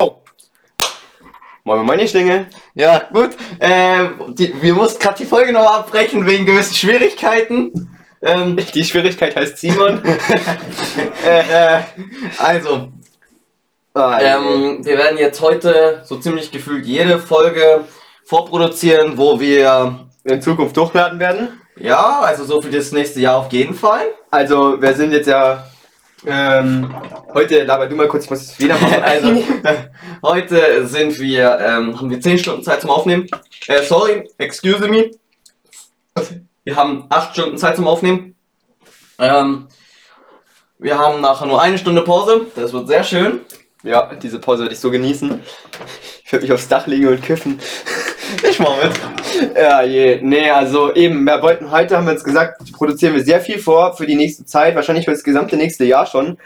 Oh. Moin, moin, ihr Schlingel. Ja, gut. Äh, die, wir mussten gerade die Folge noch abbrechen wegen gewissen Schwierigkeiten. Ähm, Die Schwierigkeit heißt Simon. äh, äh, also, Also, ähm, wir werden jetzt heute so ziemlich gefühlt jede Folge vorproduzieren, wo wir, in Zukunft hochladen werden. ja, also so für das nächste Jahr auf jeden Fall. Also, wir sind jetzt ja. Ähm, heute laber du mal kurz, ich muss es wieder machen. Also, heute sind wir, ähm, haben wir 10 Stunden Zeit zum Aufnehmen. Äh, sorry, excuse me. Wir haben 8 Stunden Zeit zum Aufnehmen. Ähm, wir haben nachher nur eine Stunde Pause. Das wird sehr schön. ja, diese Pause werde ich so genießen. Ich werde mich aufs Dach legen und kiffen. Ich mach mit. Ja, je. Nee, also eben, wir wollten heute, haben wir uns gesagt, produzieren wir sehr viel vor für die nächste Zeit, wahrscheinlich für das gesamte nächste Jahr schon.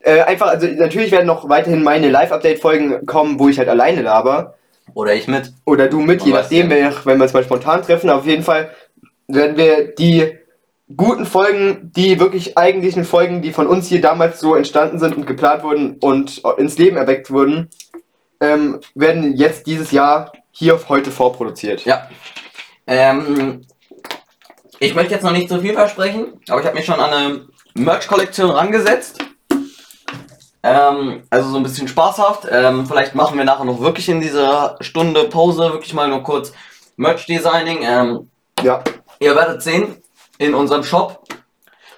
Äh, einfach, also natürlich werden noch weiterhin meine Live-Update-Folgen kommen, wo ich halt alleine laber. Oder ich mit. Oder du mit, Man je weiß nachdem, ja wer- wenn wir uns mal spontan treffen. Auf jeden Fall werden wir die guten Folgen, die wirklich eigentlichen Folgen, die von uns hier damals so entstanden sind und geplant wurden und ins Leben erweckt wurden, ähm, werden jetzt dieses Jahr hier auf heute vorproduziert. Ja. Ähm, ich möchte jetzt noch nicht zu viel versprechen, aber ich habe mich schon an eine Merch-Kollektion rangesetzt. Ähm, also so ein bisschen spaßhaft. Ähm, vielleicht machen wir nachher noch wirklich in dieser Stunde Pause wirklich mal nur kurz Merch-Designing. Ähm, ja. ihr werdet sehen in unserem Shop.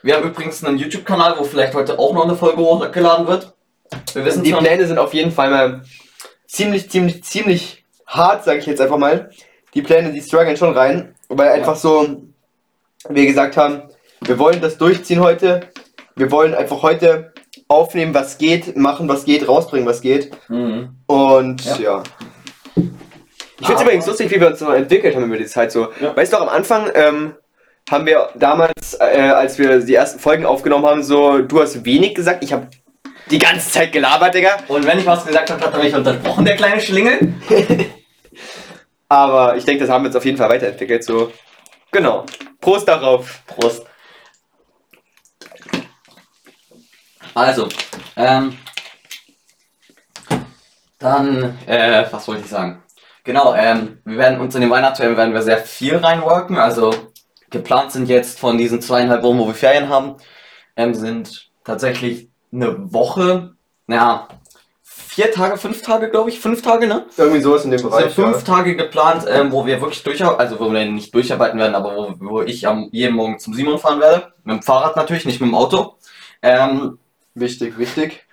Wir haben übrigens einen YouTube-Kanal, wo vielleicht heute auch noch eine Folge hochgeladen wird. Wir wissen Die zwar- Pläne sind auf jeden Fall mal ziemlich, ziemlich, ziemlich hart, sage ich jetzt einfach mal. Die Pläne, die strugglen schon rein, weil einfach so, wir gesagt haben, wir wollen das durchziehen heute. Wir wollen einfach heute aufnehmen, was geht, machen, was geht, rausbringen, was geht. Mhm. Und Ja. ja. Ah. Ich finde es Aber- übrigens lustig, wie wir uns so entwickelt haben über die Zeit. So, Ja. weißt du, auch am Anfang ähm, haben wir damals, äh, als wir die ersten Folgen aufgenommen haben, so, du hast wenig gesagt, ich habe die ganze Zeit gelabert, Digga. Und wenn ich was gesagt habe, hat er mich unterbrochen, der kleine Schlingel. Aber ich denke, das haben wir jetzt auf jeden Fall weiterentwickelt. So, genau. Prost darauf. Prost. Also, ähm, dann, äh, was wollte ich sagen? Genau, ähm, wir werden uns in den Weihnachtsferien werden wir sehr viel reinworken. Also geplant sind jetzt von diesen zweieinhalb Wochen, wo wir Ferien haben, ähm, sind tatsächlich eine Woche, naja, vier Tage, fünf Tage, glaube ich, fünf Tage, ne? Irgendwie sowas in dem Es sind Bereich. fünf Tage geplant, ähm, wo wir wirklich durcharbeiten, also wo wir nicht durcharbeiten werden, aber wo, wo ich am jeden Morgen zum Simon fahren werde. Mit dem Fahrrad natürlich, nicht mit dem Auto. Ähm, Wichtig, wichtig.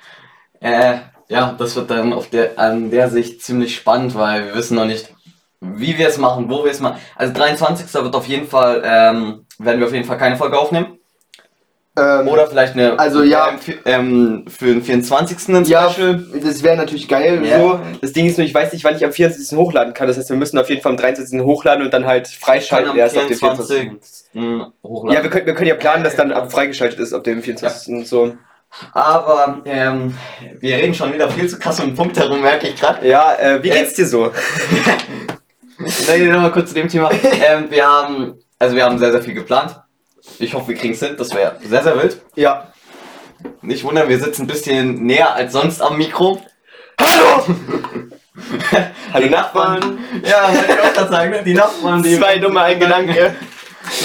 äh, ja, das wird dann auf der, an der Sicht ziemlich spannend, weil wir wissen noch nicht, wie wir es machen, wo wir es machen. Also 23. wird auf jeden Fall, ähm, werden wir auf jeden Fall keine Folge aufnehmen. Ähm, Oder vielleicht eine, Also, ja. ähm, für, ähm, für den 24. ein ja, Special. das wäre natürlich geil. Ja. So. Das Ding ist nur, ich weiß nicht, wann ich am 24. hochladen kann. Das heißt, wir müssen auf jeden Fall am 23. hochladen und dann halt freischalten Am erst auf dem 24. 24. Hm, hochladen. Ja, wir können, wir können ja planen, dass dann ab freigeschaltet ist ab dem 24. So. Aber ähm, wir reden schon wieder viel zu krass um den Punkt herum, merke ich gerade. Ja, äh, wie Äh, geht's dir so? Nein, nochmal kurz zu dem Thema. ähm, wir haben, also wir haben sehr, sehr viel geplant. Ich hoffe, wir kriegen es hin. Das wäre sehr, sehr wild. Ja. Nicht wundern, wir sitzen ein bisschen näher als sonst am Mikro. Hallo! Hallo Die Nachbarn! Ja, wollte ich auch gerade sagen, ne? die Nachbarn, die, Zwei dumme, ein Gedanke.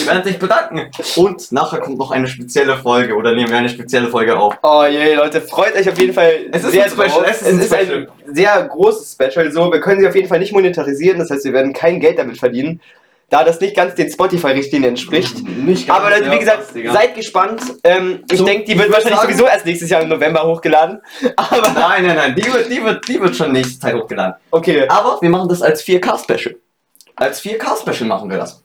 die werden sich bedanken. Und nachher kommt noch eine spezielle Folge oder nehmen wir eine spezielle Folge auf. Oh je, Leute, freut euch auf jeden Fall. Es ist sehr ein Special, drauf. Es es ist ein ist ein Special. sehr großes Special. So, wir können sie auf jeden Fall nicht monetarisieren, das heißt, wir werden kein Geld damit verdienen, da das nicht ganz den Spotify-Richtlinien entspricht. Nicht Aber Leute, wie gesagt, seid gespannt. Ähm, ich So, denke, die ich wird würd wahrscheinlich sagen- sowieso erst nächstes Jahr im November hochgeladen. Aber Nein, nein, nein, die wird, die wird, die wird schon nächste Zeit hochgeladen. okay, Aber wir machen das als 4K-Special. Als 4K-Special machen wir das.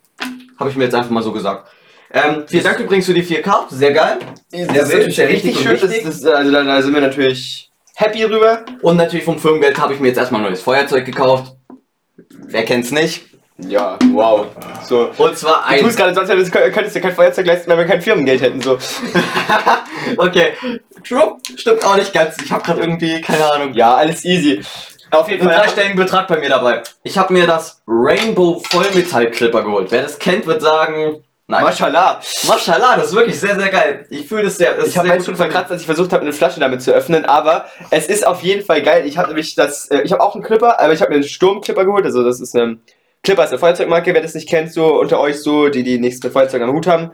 Habe ich mir jetzt einfach mal so gesagt. Ähm, vielen Dank übrigens für die 4K, sehr geil. das ist natürlich richtig schön. Das wichtig. ist, also da, da sind wir natürlich happy drüber. Und natürlich vom Firmengeld habe ich mir jetzt erstmal ein neues Feuerzeug gekauft. Wer kennt's nicht? Ja, wow. So. Und zwar Du tust ein. gerade sonst, als könntest du kein Feuerzeug leisten, weil wir kein Firmengeld hätten. So. okay, true. Stimmt auch nicht ganz. Ich habe gerade irgendwie, keine Ahnung. Ja, alles easy. Auf jeden Einen Fall. dreistelligen Betrag bei mir dabei. Ich habe mir das Rainbow Vollmetall Clipper geholt. Wer das kennt, wird sagen, Nein. Mashallah. Maschallah, das ist wirklich sehr, sehr geil. Ich fühle das sehr. Das Ich habe sehr meinen schon verkratzt, als ich versucht habe, eine Flasche damit zu öffnen, aber es ist auf jeden Fall geil. Ich habe nämlich das, äh, ich habe auch einen Clipper, aber ich habe mir einen Sturmclipper geholt. Also das ist eine Clipper ist eine Feuerzeugmarke. Wer das nicht kennt, so unter euch so, die die nichts mit Feuerzeug am Hut haben.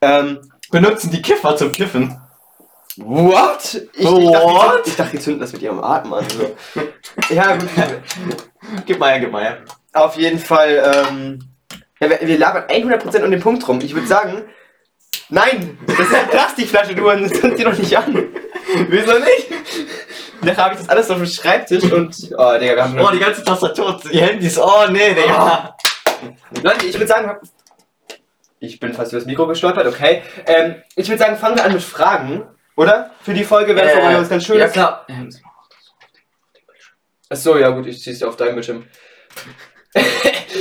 Ähm, Benutzen die Kiffer zum Kiffen. what? Ich, ich, Dachte, What? die- ich dachte, die zünden das mit ihrem Atem an. So. ja, gut. Gib mal her, gib mal her. Auf jeden Fall. Ähm, ja, wir, wir labern 100% um den Punkt rum. Ich würde sagen, nein, das sind Plastikflaschen, du zünd die doch nicht an. Wieso nicht? Nachher habe ich das alles auf dem Schreibtisch und. Oh, Digga, wir haben. Oh, die ganze Tastatur, die Handys. Oh, nee, Digga. Leute, ich würde sagen. Ich bin fast übers Mikro gestolpert, okay. Ähm, ich würde sagen, fangen wir an mit Fragen, oder? Für die Folge wäre das auch mal was ganz Äh, Ja, Schönes. klar. Achso, ja, gut, ich zieh's dir auf deinen Bildschirm.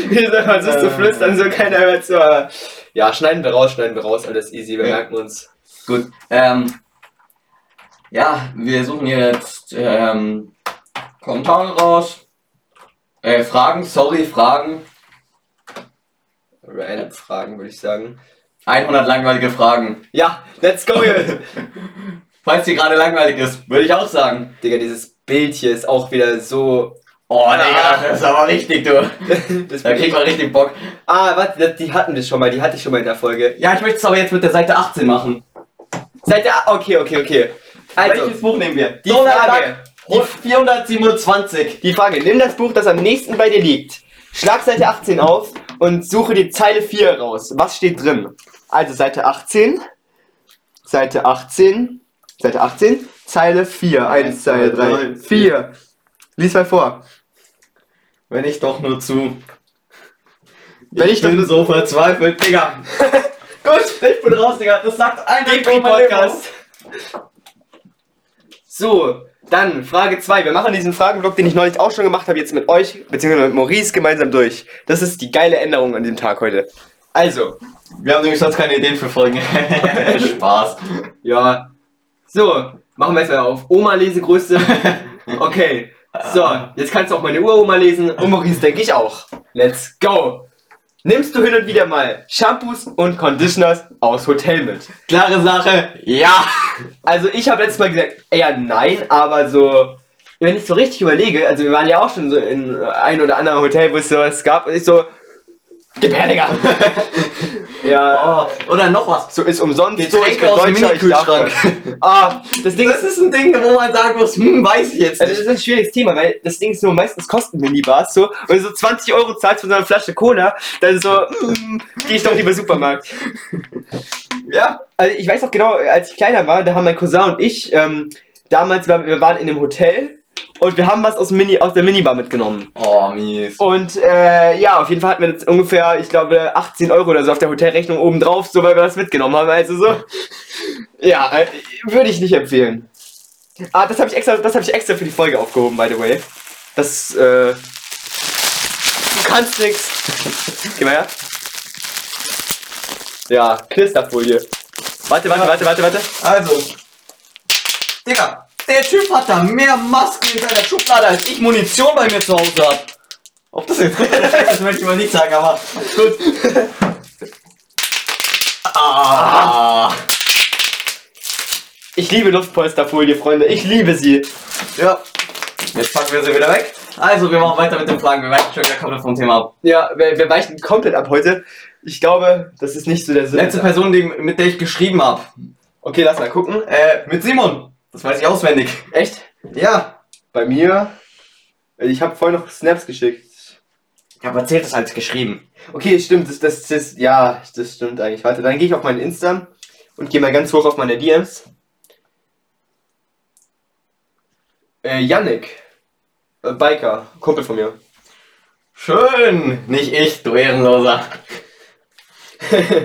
Wie soll man sich so Ähm. flüstern, so keiner hört zu, aber. Ja, schneiden wir raus, schneiden wir raus, alles easy, wir Ja. merken uns. Gut. Ähm, ja, wir suchen jetzt ähm, Kommentare raus. Äh, Fragen, sorry, Fragen. Random Fragen, würde ich sagen. 100 langweilige Fragen. Ja, let's go, Jungs. Falls die gerade langweilig ist, würde ich auch sagen. Digga, dieses Bild hier ist auch wieder so. Oh, Digga, das ist aber richtig, du. das Da kriegt man richtig Bock. ah, warte, das- die hatten wir schon mal, die hatte ich schon mal in der Folge. Ja, ich möchte es aber jetzt mit der Seite 18 machen. Seid ihr. ah, Okay, okay, okay. Also, Welches Buch nehmen wir? die Frage. Die 427. Die Frage: Nimm das Buch, das am nächsten bei dir liegt. Schlag Seite 18 auf und suche die Zeile 4 raus. Was steht drin? Also Seite 18. Seite 18. Seite 18. Zeile 4. 1, 2, 3, 4. Lies mal vor. Wenn ich doch nur zu. Wenn ich bin das- so verzweifelt, Digga. Gut, ich bin raus, Digga. Das sagt ein Deep Podcast. So, dann Frage 2. Wir machen diesen Fragenblock, den ich neulich auch schon gemacht habe, jetzt mit euch, beziehungsweise mit Maurice gemeinsam durch. Das ist die geile Änderung an dem Tag heute. Also, Wir haben nämlich sonst keine Ideen für Folgen. Spaß. ja. So, machen wir jetzt mal auf. Oma Lesegröße. Okay. So, jetzt kannst du auch meine Uroma lesen. Und Maurice, denke ich auch. Let's go. Nimmst du hin und wieder mal Shampoos und Conditioners aus Hotel mit? Klare Sache. Ja. Also ich habe letztes Mal gesagt, eher nein, aber so, wenn ich so richtig überlege, also wir waren ja auch schon so in ein oder anderem Hotel, wo es sowas gab und ich so, gib her, Digga. ja, Oh, oder noch was. so ist umsonst, so ich Getränke bin aus dem Deutscher, ich darf Mini-Kühlschrank. das. Ah, das Ding Das ist, ist ein Ding, wo man sagen muss, hm, weiß ich jetzt also das nicht. ist ein schwieriges Thema, weil das Ding ist so, meistens kosten Minibars so, und wenn du so 20 Euro zahlst für so eine Flasche Cola, dann so, mm, gehe ich doch lieber Supermarkt. Ja. Also ich weiß noch genau, als ich kleiner war, da haben mein Cousin und ich, ähm, damals, waren- wir waren in einem Hotel und wir haben was aus, dem Mini, aus der Minibar mitgenommen. Oh, mies. Und äh, ja, auf jeden Fall hatten wir jetzt ungefähr, ich glaube, 18 Euro oder so auf der Hotelrechnung obendrauf, so weil wir das mitgenommen haben. Also so. Ja, äh, würde ich nicht empfehlen. Ah, das habe ich extra, das habe ich extra für die Folge aufgehoben, by the way. Das, äh. Du kannst nix. Geh mal her. Ja, Knisterfolie. Warte, warte, warte, warte, warte. Also. Digga, der Typ hat da mehr Masken in seiner Schublade, als ich Munition bei mir zu Hause hab. Ob das jetzt das möchte ich mal nicht sagen, aber gut. ah. Ich liebe Luftpolsterfolie, Freunde. Ich liebe sie. Ja. Jetzt packen wir sie wieder weg. Also, wir machen weiter mit den Fragen. Wir weichen schon wieder komplett vom Thema ab. Ja, wir, wir weichen komplett ab heute. Ich glaube, das ist nicht so der Sinn. Letzte Person, die, mit der ich geschrieben habe. Okay, lass mal gucken. Äh, mit Simon. Das weiß ich auswendig. Echt? Ja. Bei mir? Ich habe vorhin noch Snaps geschickt. Ich habe erzählt, das als geschrieben. Okay, stimmt. Das, das, das, ja, das stimmt eigentlich. Warte, dann gehe ich auf meinen Insta und gehe mal ganz hoch auf meine DMs. Äh, Yannick. Äh, Biker. Kumpel von mir. Schön. Nicht ich, du Ehrenloser.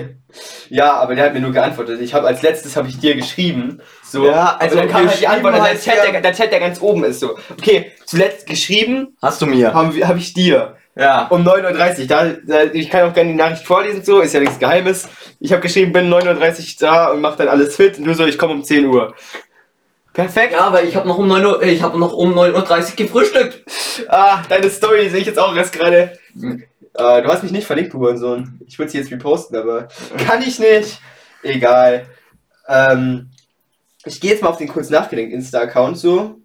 ja, aber der hat mir nur geantwortet. Ich habe als letztes habe ich dir geschrieben. So, Ja, also also dann kam halt die geschrieben Antwort an dein heißt Chat, ja- der, der Chat, der ganz oben ist. So, okay, zuletzt geschrieben Hast du mir? habe hab ich dir. Ja. um 9.30 Uhr. Da, da, ich kann auch gerne die Nachricht vorlesen, so, ist ja nichts Geheimes. Ich habe geschrieben, bin 9.30 Uhr da und mach dann alles fit. Und du so, ich komme um 10 Uhr. Perfekt. Ja, aber ich habe noch um 9 Uhr, äh, ich habe noch um 9.30 Uhr gefrühstückt. Hm. Ah, deine Story sehe ich jetzt auch erst gerade. Äh, du hast mich nicht verlinkt, du Hurensohn. Ich würde sie jetzt reposten, aber kann ich nicht. Egal. Ähm, ich gehe jetzt mal auf den kurz nachgedenkt Insta-Account so.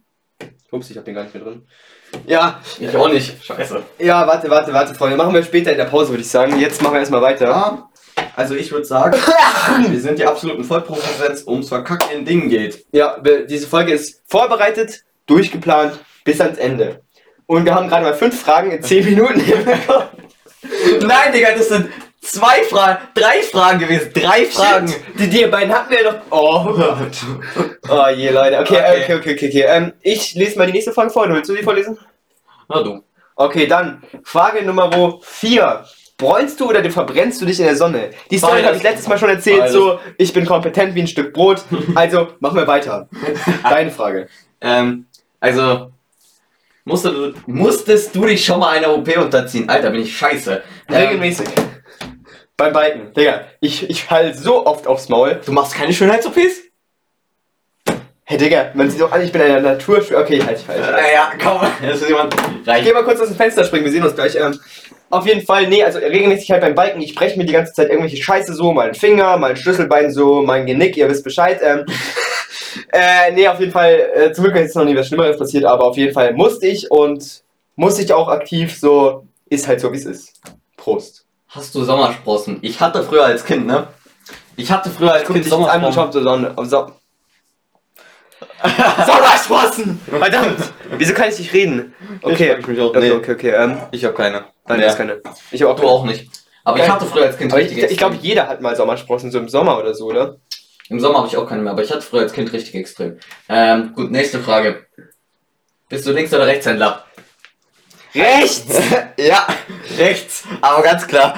Ups, ich hab den gar nicht mehr drin. Ja, Ich auch nicht. Scheiße. ja, warte, warte, warte, Freunde. Machen wir später in der Pause, würde ich sagen. Jetzt machen wir erstmal weiter. Ja, also ich würde sagen, wir sind die absoluten Vollprofis, wenn es ums Verkacken in Dingen geht. Ja, wir- diese Folge ist vorbereitet, durchgeplant, bis ans Ende. Und wir haben gerade mal fünf Fragen in zehn Minuten hinbekommen. Nein, Digga, das sind zwei Fragen, drei Fragen gewesen. Drei Fragen. Die, die beiden hatten wir noch. Oh Gott. Oh je, Leute. Okay, Okay. okay, okay, okay. okay, okay. Ähm, ich lese mal die nächste Frage vor. Du willst du die vorlesen? Na du. Okay, dann Frage Nummer 4. Bräunst du oder verbrennst du dich in der Sonne? Die Story Beides. habe ich letztes Mal schon erzählt, Beides. so ich bin kompetent wie ein Stück Brot. Also machen wir weiter. Deine Frage. Ähm, also, musstest du, musstest du dich schon mal einer OP unterziehen? Alter, bin ich scheiße. Ähm, Regelmäßig. Beim Biken. Digga, ich, ich fall so oft aufs Maul. du machst keine Schönheits-OPs? Hey Digga, man sieht doch an, ich bin eine Natur. Okay, halt ich falsch. Äh, ja, komm, das ist jemand. Ich Reich. gehe mal kurz aus dem Fenster springen, wir sehen uns gleich. Ähm, auf jeden Fall, nee, also regelmäßig halt beim Biken, ich breche mir die ganze Zeit irgendwelche Scheiße so, mein Finger, mein Schlüsselbein so, mein Genick, ihr wisst Bescheid. Ähm, äh, nee, auf jeden Fall, äh, zum Glück ist noch nie was Schlimmeres passiert, aber auf jeden Fall musste ich und musste ich auch aktiv, so ist halt so, wie es ist. Prost. Hast du Sommersprossen? Ich hatte früher als Kind, ne? Ich hatte früher als Kind Guck dich an und Sommersprossen. schaut zur Sonne. Auf so Sommersprossen! Verdammt! Wieso kann ich nicht reden? Ich Okay, frag mich auch. okay, Nee. okay, okay. Ähm, Ich habe keine. dann Ja. ist keine. Ich hab auch Du auch nicht. Aber ich hatte früher als Kind Aber ich, richtig ich glaube, extrem. jeder hat mal Sommersprossen, so im Sommer oder so, ne? oder? Im Sommer habe ich auch keine mehr, aber ich hatte früher als Kind richtig extrem. Ähm, gut, nächste Frage. Bist du Links- oder Rechtshändler? Rechts! ja, rechts, aber ganz klar.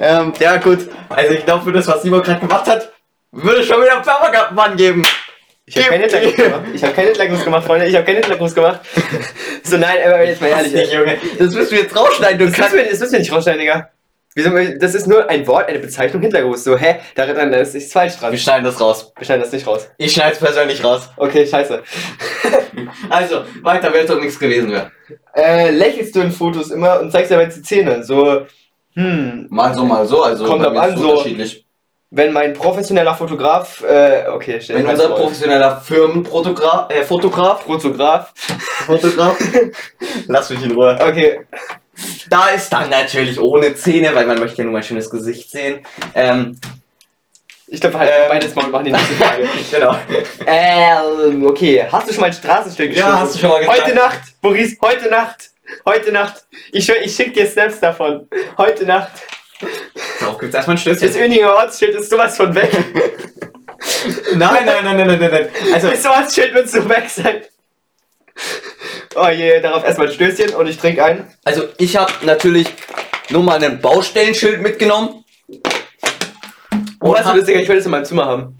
Ähm, ja gut, also ich glaube für das, was Simon gerade gemacht hat, würde ich schon wieder einen Pfeffermann geben. Ich habe keinen Hitlergruß gemacht. Ich habe keinen Hitlergruß gemacht, Freunde. Ich habe keinen Hitlergruß gemacht. So, nein, aber jetzt mal Das, ehrlich. nicht, Junge. das müssen wir jetzt rausschneiden, du Das müssen kannst. wir, das müssen wir nicht rausschneiden, Digga. Wieso, das ist nur ein Wort, eine Bezeichnung Hitlergruß. So, hä? Da, da, da ist nichts falsch dran. Wir schneiden das raus. Wir schneiden das nicht raus. Ich schneide es persönlich raus. Okay, scheiße. Also, weiter, wenn es doch nichts gewesen wäre. Äh, lächelst du in Fotos immer und zeigst dabei die Zähne. So, hm, Mal so, mal so, also Kommt bei drauf mir ist an, es so. unterschiedlich. wenn mein professioneller Fotograf, äh, okay, stell Wenn dir unser vor. professioneller Firmenfotograf, äh, Fotograf, Fotograf. Fotograf, lass mich in Ruhe. Okay, Da ist dann natürlich ohne Zähne, weil man möchte ja nur mein schönes Gesicht sehen. Ähm, ich glaube, halt Ähm. beides mal und machen die nächste Frage. genau. Ähm, okay. Hast du schon mal ein Straßenschild Ja, geschrieben? hast du schon mal gesagt. Heute Nacht, Maurice, heute Nacht. Heute Nacht. Ich schwör, ich schick dir Snaps davon. Heute Nacht. Darauf gibt's erstmal ein Das Stößchen. Öninger Ortsschild ist sowas von weg. Nein, nein, nein, nein, nein, nein, nein. Also, Das Ortsschild wird so weg sein. Oh je, darauf erstmal ein Stößchen und ich trinke einen. also ich habe natürlich nur mal ein Baustellenschild mitgenommen. Oh, hast hab- du das Ding? Ich will das in meinem Zimmer haben.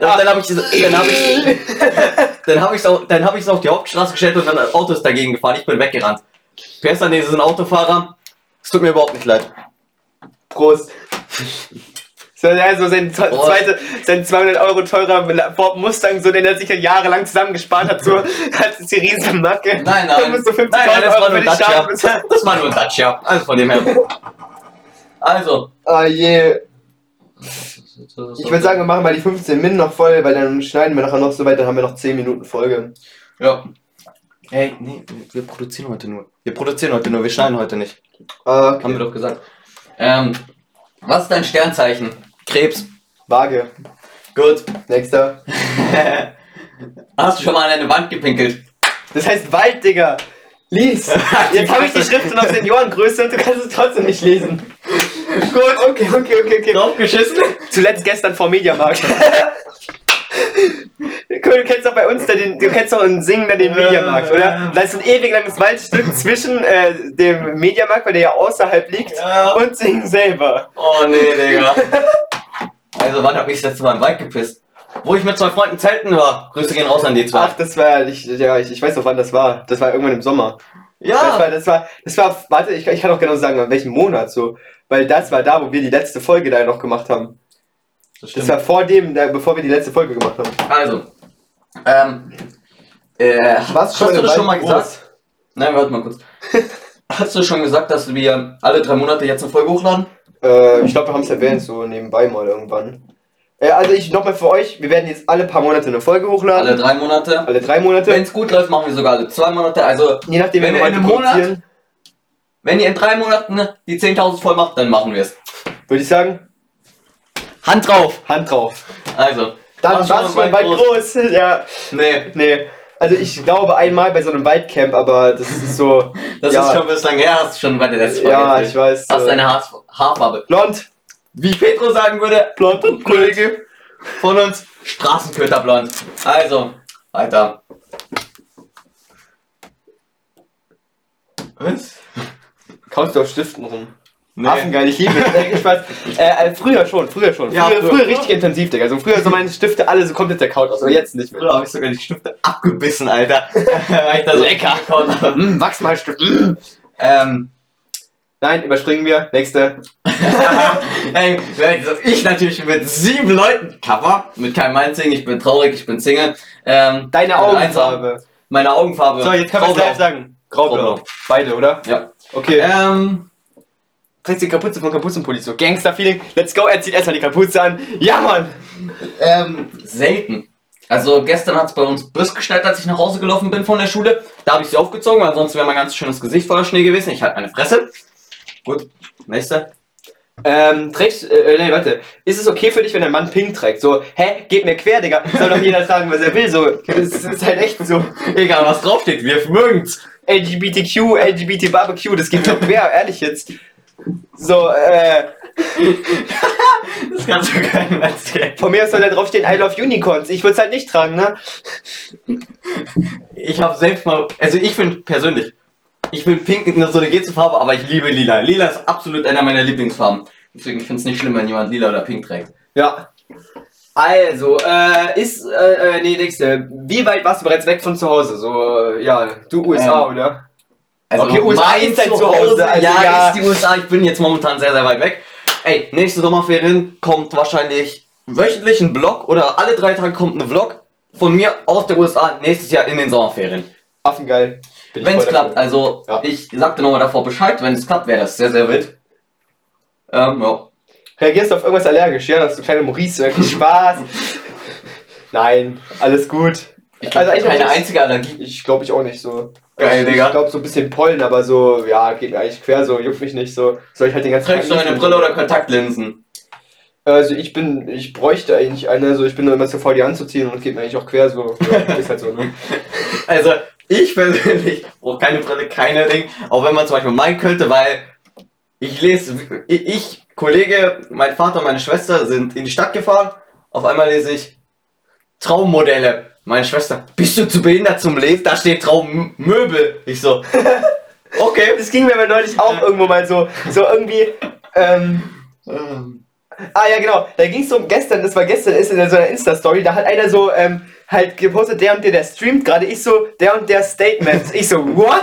Dann, dann habe ich es dann hab ich, dann hab ich's auf, dann hab ich's auf die Hauptstraße gestellt und dann ein Auto ist dagegen gefahren. Ich bin weggerannt. Gestern ist ein Autofahrer. Es tut mir überhaupt nicht leid. Prost. So, also sein, zwe- Prost. zweite, sein 200 Euro teurer Ford Mustang, so den er sich ja jahrelang zusammengespart hat, so hat ist die riesen Macke. Nein, Du nein. musst so nein, nein, 50.000 das war Euro nur für ein die Dacia. Schaden bezahlen. Das war nur ein Dacia. Also von dem her. Also. Ah je. Ich würde sagen, wir machen mal die 15 Min noch voll, weil dann schneiden wir nachher noch so weit, dann haben wir noch 10 Minuten Folge. Ja. Hey, nee, wir produzieren heute nur. Wir produzieren heute nur, wir schneiden heute nicht. Ah, Haben wir okay. doch gesagt. Ähm, was ist dein Sternzeichen? Krebs. Waage. Gut. Nächster. Hast du schon mal an eine Wand gepinkelt? Das heißt Wald, Digga. Lies. Jetzt habe ich die Schriften auf Seniorengröße und du kannst es trotzdem nicht lesen. Gut, okay, okay, okay, okay. Draufgeschissen? Zuletzt gestern vor Mediamarkt. Du kennst doch bei uns da den, du kennst doch in Singen da den Mediamarkt, oder? Da ist ein ewig langes Waldstück zwischen äh, dem Mediamarkt, weil der ja außerhalb liegt, Ja. und Singen selber. Oh nee, Digga. Also, wann hab ich das letzte Mal im Wald gepisst? Wo ich mit zwei Freunden zelten war. Grüße gehen raus an die zwei. Ach, das war, ich, ja, ich, ich weiß noch wann das war. Das war irgendwann im Sommer. Das war, das war, das war, warte, ich, ich kann auch genau sagen, an welchem Monat so. Weil das war da, wo wir die letzte Folge da noch gemacht haben. das Das war vor dem, da, bevor wir die letzte Folge gemacht haben. Also, ähm, äh, hast du im das schon mal Wald groß? gesagt? Nein, warte mal kurz. Hast du schon gesagt, dass wir alle drei Monate jetzt eine Folge hochladen? Äh, ich glaube, wir haben es erwähnt, so nebenbei mal irgendwann. Äh, also ich nochmal für euch, wir werden jetzt alle paar Monate eine Folge hochladen. Alle Alle, drei Monate. drei Monate. Wenn es gut läuft, machen wir sogar alle zwei Monate. Also, Je nachdem, wenn wir in einem Monat- produzieren, wenn ihr in drei Monaten die 10.000 voll macht, dann machen wir es. würde ich sagen, Hand drauf! Hand drauf. Also. Dann Ach, schon war's schon mal bald groß. groß. Ja, Nee, nee. Also ich glaube einmal bei so einem Waldcamp, aber das ist so... das ja, ist schon ein bisschen her, hast du schon bei der letzten Folge. Ja, erzählt. ich weiß. Hast äh, deine Haar Haarfarbe. Blond, Wie Petro sagen würde, blond und Kollege. von uns Straßenköterblond. Also, weiter. Was? Kaufst du auf Stiften rum? Nee. Affengeil, ich liebe es. Äh, Spaß. Äh, äh, früher schon, früher schon. Ja, früher, früher. früher, richtig intensiv, Digga. Also früher so meine Stifte alle so komplett der Kaut aus, aber jetzt nicht mehr. Früher habe ich sogar die Stifte abgebissen, Alter. Weil ich da so lecker konnte. Mm, Wachsmalstift. Mm. Ähm, Nein, überspringen wir. Nächste. ey, wer- dass ich natürlich mit sieben Leuten Cover, mit keinem einzigen, ich bin traurig, ich bin Single. Ähm, Deine bin einsam. Augenfarbe. Meine Augenfarbe. So, jetzt können wir es Graublau. live sagen. Graublau. Graublau. Beide, oder? Ja. Okay. Äh, Ähm, trägst die Kapuze von Kapuzenpulli. So Gangster-Feeling. Let's go. Er zieht erstmal die Kapuze an. Ja, Mann. ähm, selten. Also gestern hat es bei uns Biss geschneit, als ich nach Hause gelaufen bin von der Schule. Da habe ich sie aufgezogen, weil sonst wäre mein ganz schönes Gesicht voller Schnee gewesen. Ich halte meine Fresse. Gut, nächste. Ähm, trägst, äh, nee, warte. Ist es okay für dich, wenn ein Mann Pink trägt? So, hä, geht mir quer, Digga. Soll doch jeder tragen, was er will. So, das ist halt echt so. Egal, was draufsteht, wir mögen's. LGBTQ, LGBT Barbecue, das geht doch quer, ehrlich jetzt. So, äh, Das kannst du keinem erzählen. von mir aus soll da draufstehen I love Unicorns. Ich würde es halt nicht tragen, ne? Ich habe selbst mal, also ich finde persönlich, ich bin pink nur so eine Gezefarbe, aber ich liebe lila. Lila ist absolut einer meiner Lieblingsfarben. Deswegen finde ich es nicht schlimm, wenn jemand lila oder pink trägt. Ja. Also, äh, ist, äh, äh, nee, nächste. Wie weit warst du bereits weg von zu Hause? So, äh, ja, du USA, Ähm, oder? Also Okay, USA mein ist dein Zuhause, also ja, ja. ist die USA. Ich bin jetzt momentan sehr, sehr weit weg. Ey, nächste Sommerferien kommt wahrscheinlich wöchentlich ein Vlog oder alle drei Tage kommt ein Vlog von mir aus der USA nächstes Jahr in den Sommerferien. Affengeil. Bin ich Wenn es voll klappt, dafür. also Ja. ich sagte nochmal davor Bescheid, wenn es klappt, wäre das sehr, sehr wild. Ähm, ja. also Reagierst du auf irgendwas allergisch? Ja, das ist so kleine Maurice, wirklich Spaß. Nein, alles gut. Ich also eigentlich keine noch nicht- einzige Allergie. Ich glaube ich auch nicht so. Also, Geil, ich, Digga. Ich glaube so ein bisschen Pollen, aber so, ja, geht mir eigentlich quer, so juckt mich nicht so. Soll ich halt den ganzen Trägst du nicht eine mit- Brille oder Kontaktlinsen? Also ich bin, ich bräuchte eigentlich eine, so ich bin nur immer zu faul, die anzuziehen und geht mir eigentlich auch quer, so. Ja, ist halt so, ne? Also ich persönlich brauche keine Brille, keine Ding. Auch wenn man zum Beispiel meinen könnte, weil ich lese, ich, ich, Kollege, mein Vater und meine Schwester sind in die Stadt gefahren. Auf einmal lese ich Traummodelle. Meine Schwester, bist du zu behindert zum Lesen? Da steht Traummöbel. Ich so, okay. Das ging mir aber neulich auch irgendwo mal so, so irgendwie, ähm, Ähm, Ah ja, genau. Da ging es um gestern, das war gestern, ist in so einer Insta-Story, da hat einer so ähm, halt gepostet, der und der, der streamt gerade, ich so, der und der Statement. Ich so, what?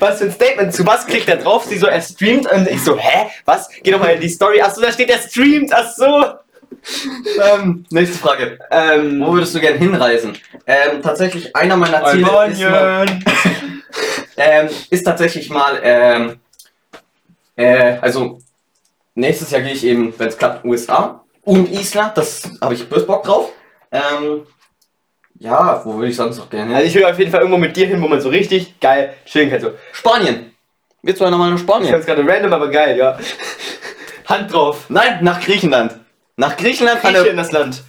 Was für ein Statement? Zu was kriegt er drauf? Sie so, er streamt und ich so, hä? Was? Geh doch mal in die Story. Achso, da steht, er streamt, ach so. ähm, nächste Frage. Wo Ähm, würdest du gern hinreisen? Ähm, tatsächlich einer meiner Ziele ist mal, ähm, ist tatsächlich mal, ähm, äh, also nächstes Jahr gehe ich eben, wenn es klappt, USA und Island, das habe ich bloß Bock drauf. Ähm, ja, wo würde ich sonst noch gerne Also hin? ich will auf jeden Fall irgendwo mit dir hin, wo man so richtig geil chillen kann. So. Spanien. Wir zwei nochmal nach Ich Spanien. fand's gerade random, aber geil, ja. Hand drauf. Nein, nach Griechenland. Nach Griechenland. an der- Grieche in das Land.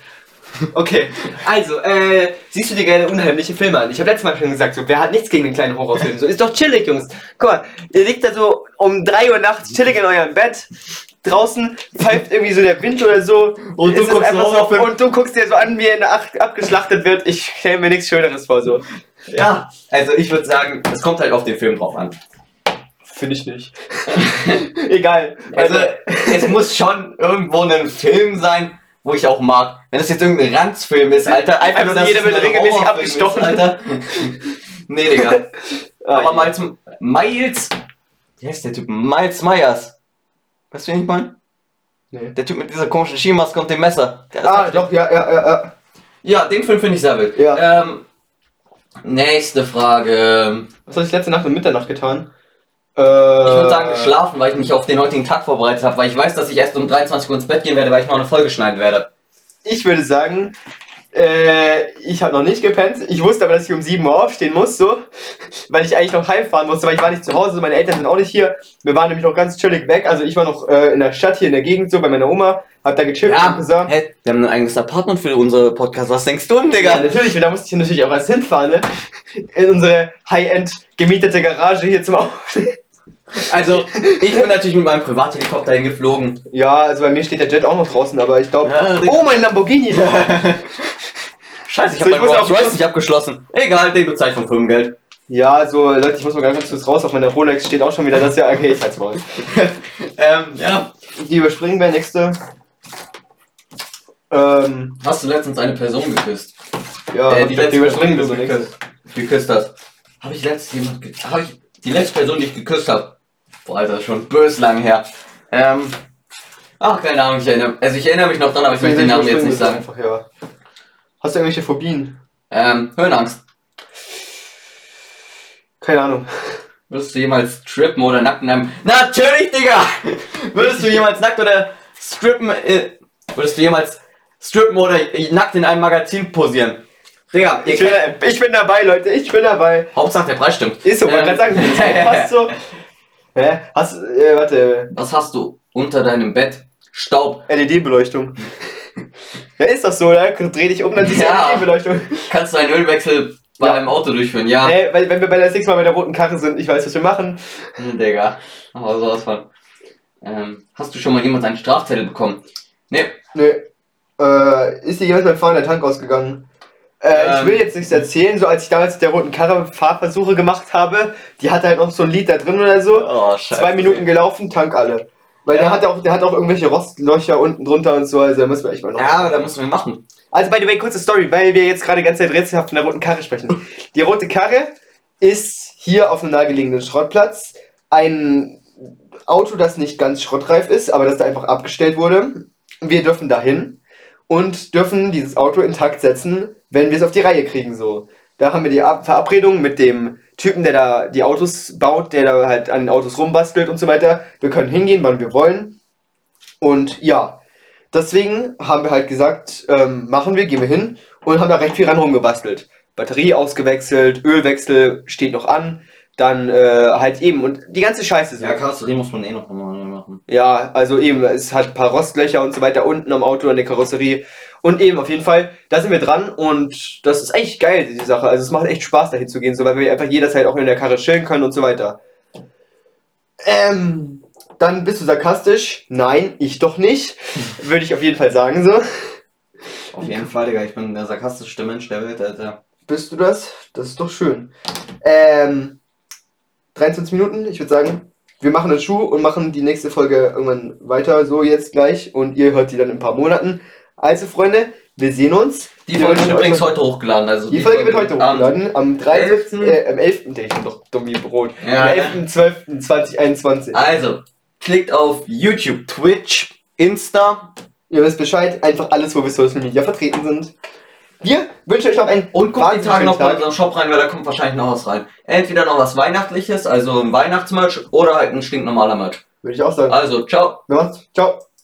Okay, also, äh, siehst du dir gerne unheimliche Filme an? Ich habe letztes Mal schon gesagt, so, wer hat nichts gegen den kleinen Horrorfilm? So, ist doch chillig, Jungs. Guck mal, ihr liegt da so um 3 Uhr nachts chillig in eurem Bett. Draußen pfeift irgendwie so der Wind oder so. Und du Es ist guckst einen einfach so, Horrorfilm. Und du guckst dir so an, wie er in der Acht abgeschlachtet wird. Ich stelle mir nichts Schöneres vor, so. Ja, also ich würde sagen, es kommt halt auf den Film drauf an. Finde ich nicht. Egal. Also, es muss schon irgendwo ein Film sein, wo ich auch mag. Wenn das jetzt irgendein Ranzfilm ist, Alter, einfach, Einfach nur, so dass jeder es wird ein regelmäßig Horrorfilm abgestochen. ist, Alter. nee, Digga. ah, Aber mal mal. zum Miles. Wie heißt der Typ? Miles Myers. Weißt du, wen ich meine? Nee. Der Typ mit dieser komischen Skimaske und dem Messer. Der halt Ah, doch, ja, ja, ja, ja. Ja, den Film finde ich sehr wild. Ja. Ähm, nächste Frage. Was habe ich letzte Nacht um Mitternacht getan? Äh, Ich würde sagen geschlafen, weil ich mich auf den heutigen Tag vorbereitet habe, weil ich weiß, dass ich erst um 23 Uhr ins Bett gehen werde, weil ich noch eine Folge schneiden werde. Ich würde sagen, äh, ich habe noch nicht gepennt. Ich wusste aber, dass ich um 7 Uhr aufstehen muss, so, weil ich eigentlich noch heimfahren musste, weil ich war nicht zu Hause, meine Eltern sind auch nicht hier. Wir waren nämlich noch ganz chillig weg. Also ich war noch äh, in der Stadt hier in der Gegend, so bei meiner Oma, hab da gechillt mit meinem Cousin. hey, wir haben ein eigenes Apartment für unsere Podcast. Was denkst du denn, Ja, natürlich, und da musste ich natürlich auch erst hinfahren, ne? In unsere High-End gemietete Garage hier zum Aufnehmen. Also, ich bin natürlich mit meinem Privathelikopter hingeflogen. Ja, also bei mir steht der Jet auch noch draußen, aber ich glaube. Ja, Digga. oh, mein Lamborghini! Scheiße, So, ich habe ich meinen muss Rolls auf- Royce nicht abgeschlossen. Egal, den bezahlt von Firmengeld. ja, so, Leute, ich muss mal ganz kurz raus. Auf meiner Rolex steht auch schon wieder das ja. Okay, ich halt's mal. Ähm, ja. Die überspringen wir nächste. Ähm, Hast du letztens eine Person geküsst? ja, Äh, die, die überspringen wir so Person, die du nächste. geküsst- Geküsst hast. Habe ich letztens jemand geküsst? Habe ich die letzte Person, die ich geküsst habe? Boah, Alter, das ist schon bös lang her. Ähm. Ach, keine Ahnung, ich erinnere, also ich erinnere mich noch dran, aber ich möchte den Namen jetzt nicht sagen. Einfach, ja. Hast du irgendwelche Phobien? Ähm, Höhenangst. Keine Ahnung. Würdest du jemals strippen oder nackt in einem. Natürlich, Digga! Würdest du jemals nackt oder strippen. Äh, würdest du jemals strippen oder nackt in einem Magazin posieren? Digga, ihr Ich bin, kennt, ich bin dabei, Leute, ich bin dabei. Hauptsache der Preis stimmt. Ist so, man Ähm, kann sagen, passt so. Hä? Hast äh, warte, Was hast du unter deinem Bett? Staub. LED-Beleuchtung. ja, ist das so, oder? Dreh dich um, dann siehst du Ja. LED-Beleuchtung. Kannst du einen Ölwechsel bei Ja. einem Auto durchführen? Ja. Ey, weil, wenn wir bei der nächsten Mal bei der roten Karre sind, ich weiß, was wir machen. Hm, Digga. Aber sowas von. Ähm, hast du schon mal jemals einen Strafzettel bekommen? Nee. Nö. Äh, ist dir jemals beim Fahren der Tank ausgegangen? Äh, Ich Ähm. will jetzt nichts erzählen, so als ich damals mit der roten Karre Fahrversuche gemacht habe, die hatte halt noch so ein Lied da drin oder so. Oh, scheiße. Zwei Minuten gelaufen, Tank alle. Weil der Ja. hat auch, der hat auch irgendwelche Rostlöcher unten drunter und so, also da müssen wir echt mal noch. Ja, aber da müssen wir machen. Also, by the way, kurze Story, weil wir jetzt gerade die ganze Zeit rätselhaft von der roten Karre sprechen. Die rote Karre ist hier auf einem nahegelegenen Schrottplatz ein Auto, das nicht ganz schrottreif ist, aber das da einfach abgestellt wurde. Wir dürfen dahin und dürfen dieses Auto intakt setzen, wenn wir es auf die Reihe kriegen, so. Da haben wir die Ab- Verabredung mit dem Typen, der da die Autos baut, der da halt an den Autos rumbastelt und so weiter. Wir können hingehen, wann wir wollen. Und ja, Deswegen haben wir halt gesagt, ähm, machen wir, gehen wir hin und haben da recht viel ran rumgebastelt. Batterie ausgewechselt, Ölwechsel steht noch an, dann äh, halt eben und die ganze Scheiße so. Ja, Karosserie muss man eh noch mal machen. also eben, es hat ein paar Rostlöcher und so weiter unten am Auto, an der Karosserie und eben auf jeden Fall, da sind wir dran und das ist echt geil, die Sache. Also es macht echt Spaß, dahin zu gehen, so weil wir einfach jederzeit auch in der Karre chillen können und so weiter. Ähm, dann bist du sarkastisch? Nein, ich doch nicht. Würde ich auf jeden Fall sagen so. Auf jeden Fall, Digga, ich bin der sarkastischste Mensch der Welt, Alter. Bist du das? Das ist doch schön. Ähm, 23 Minuten, ich würde sagen, wir machen einen Schuh und machen die nächste Folge irgendwann weiter, so jetzt gleich. Und ihr hört die dann in ein paar Monaten. Also, Freunde, wir sehen uns. Die Wir Folge wird wünschen übrigens euch- heute hochgeladen, also. Die Folge wird heute am- hochgeladen am 13. 11.. Äh, am 11. Der, ich bin doch dumm wie Brot. Ja. Am 11.12.2021. Also, klickt auf YouTube, Twitch, Insta Ihr wisst Bescheid, einfach alles, wo wir Social Media vertreten sind. Wir wünschen euch noch einen und guckt die wahnsinnig Tage schönen noch bei Tag. unserem Shop rein, weil da kommt wahrscheinlich noch was rein. Entweder noch was Weihnachtliches, also ein Weihnachtsmerch oder halt ein stinknormaler Merch. Würde ich auch sagen. Also, ciao. Macht's. Ciao.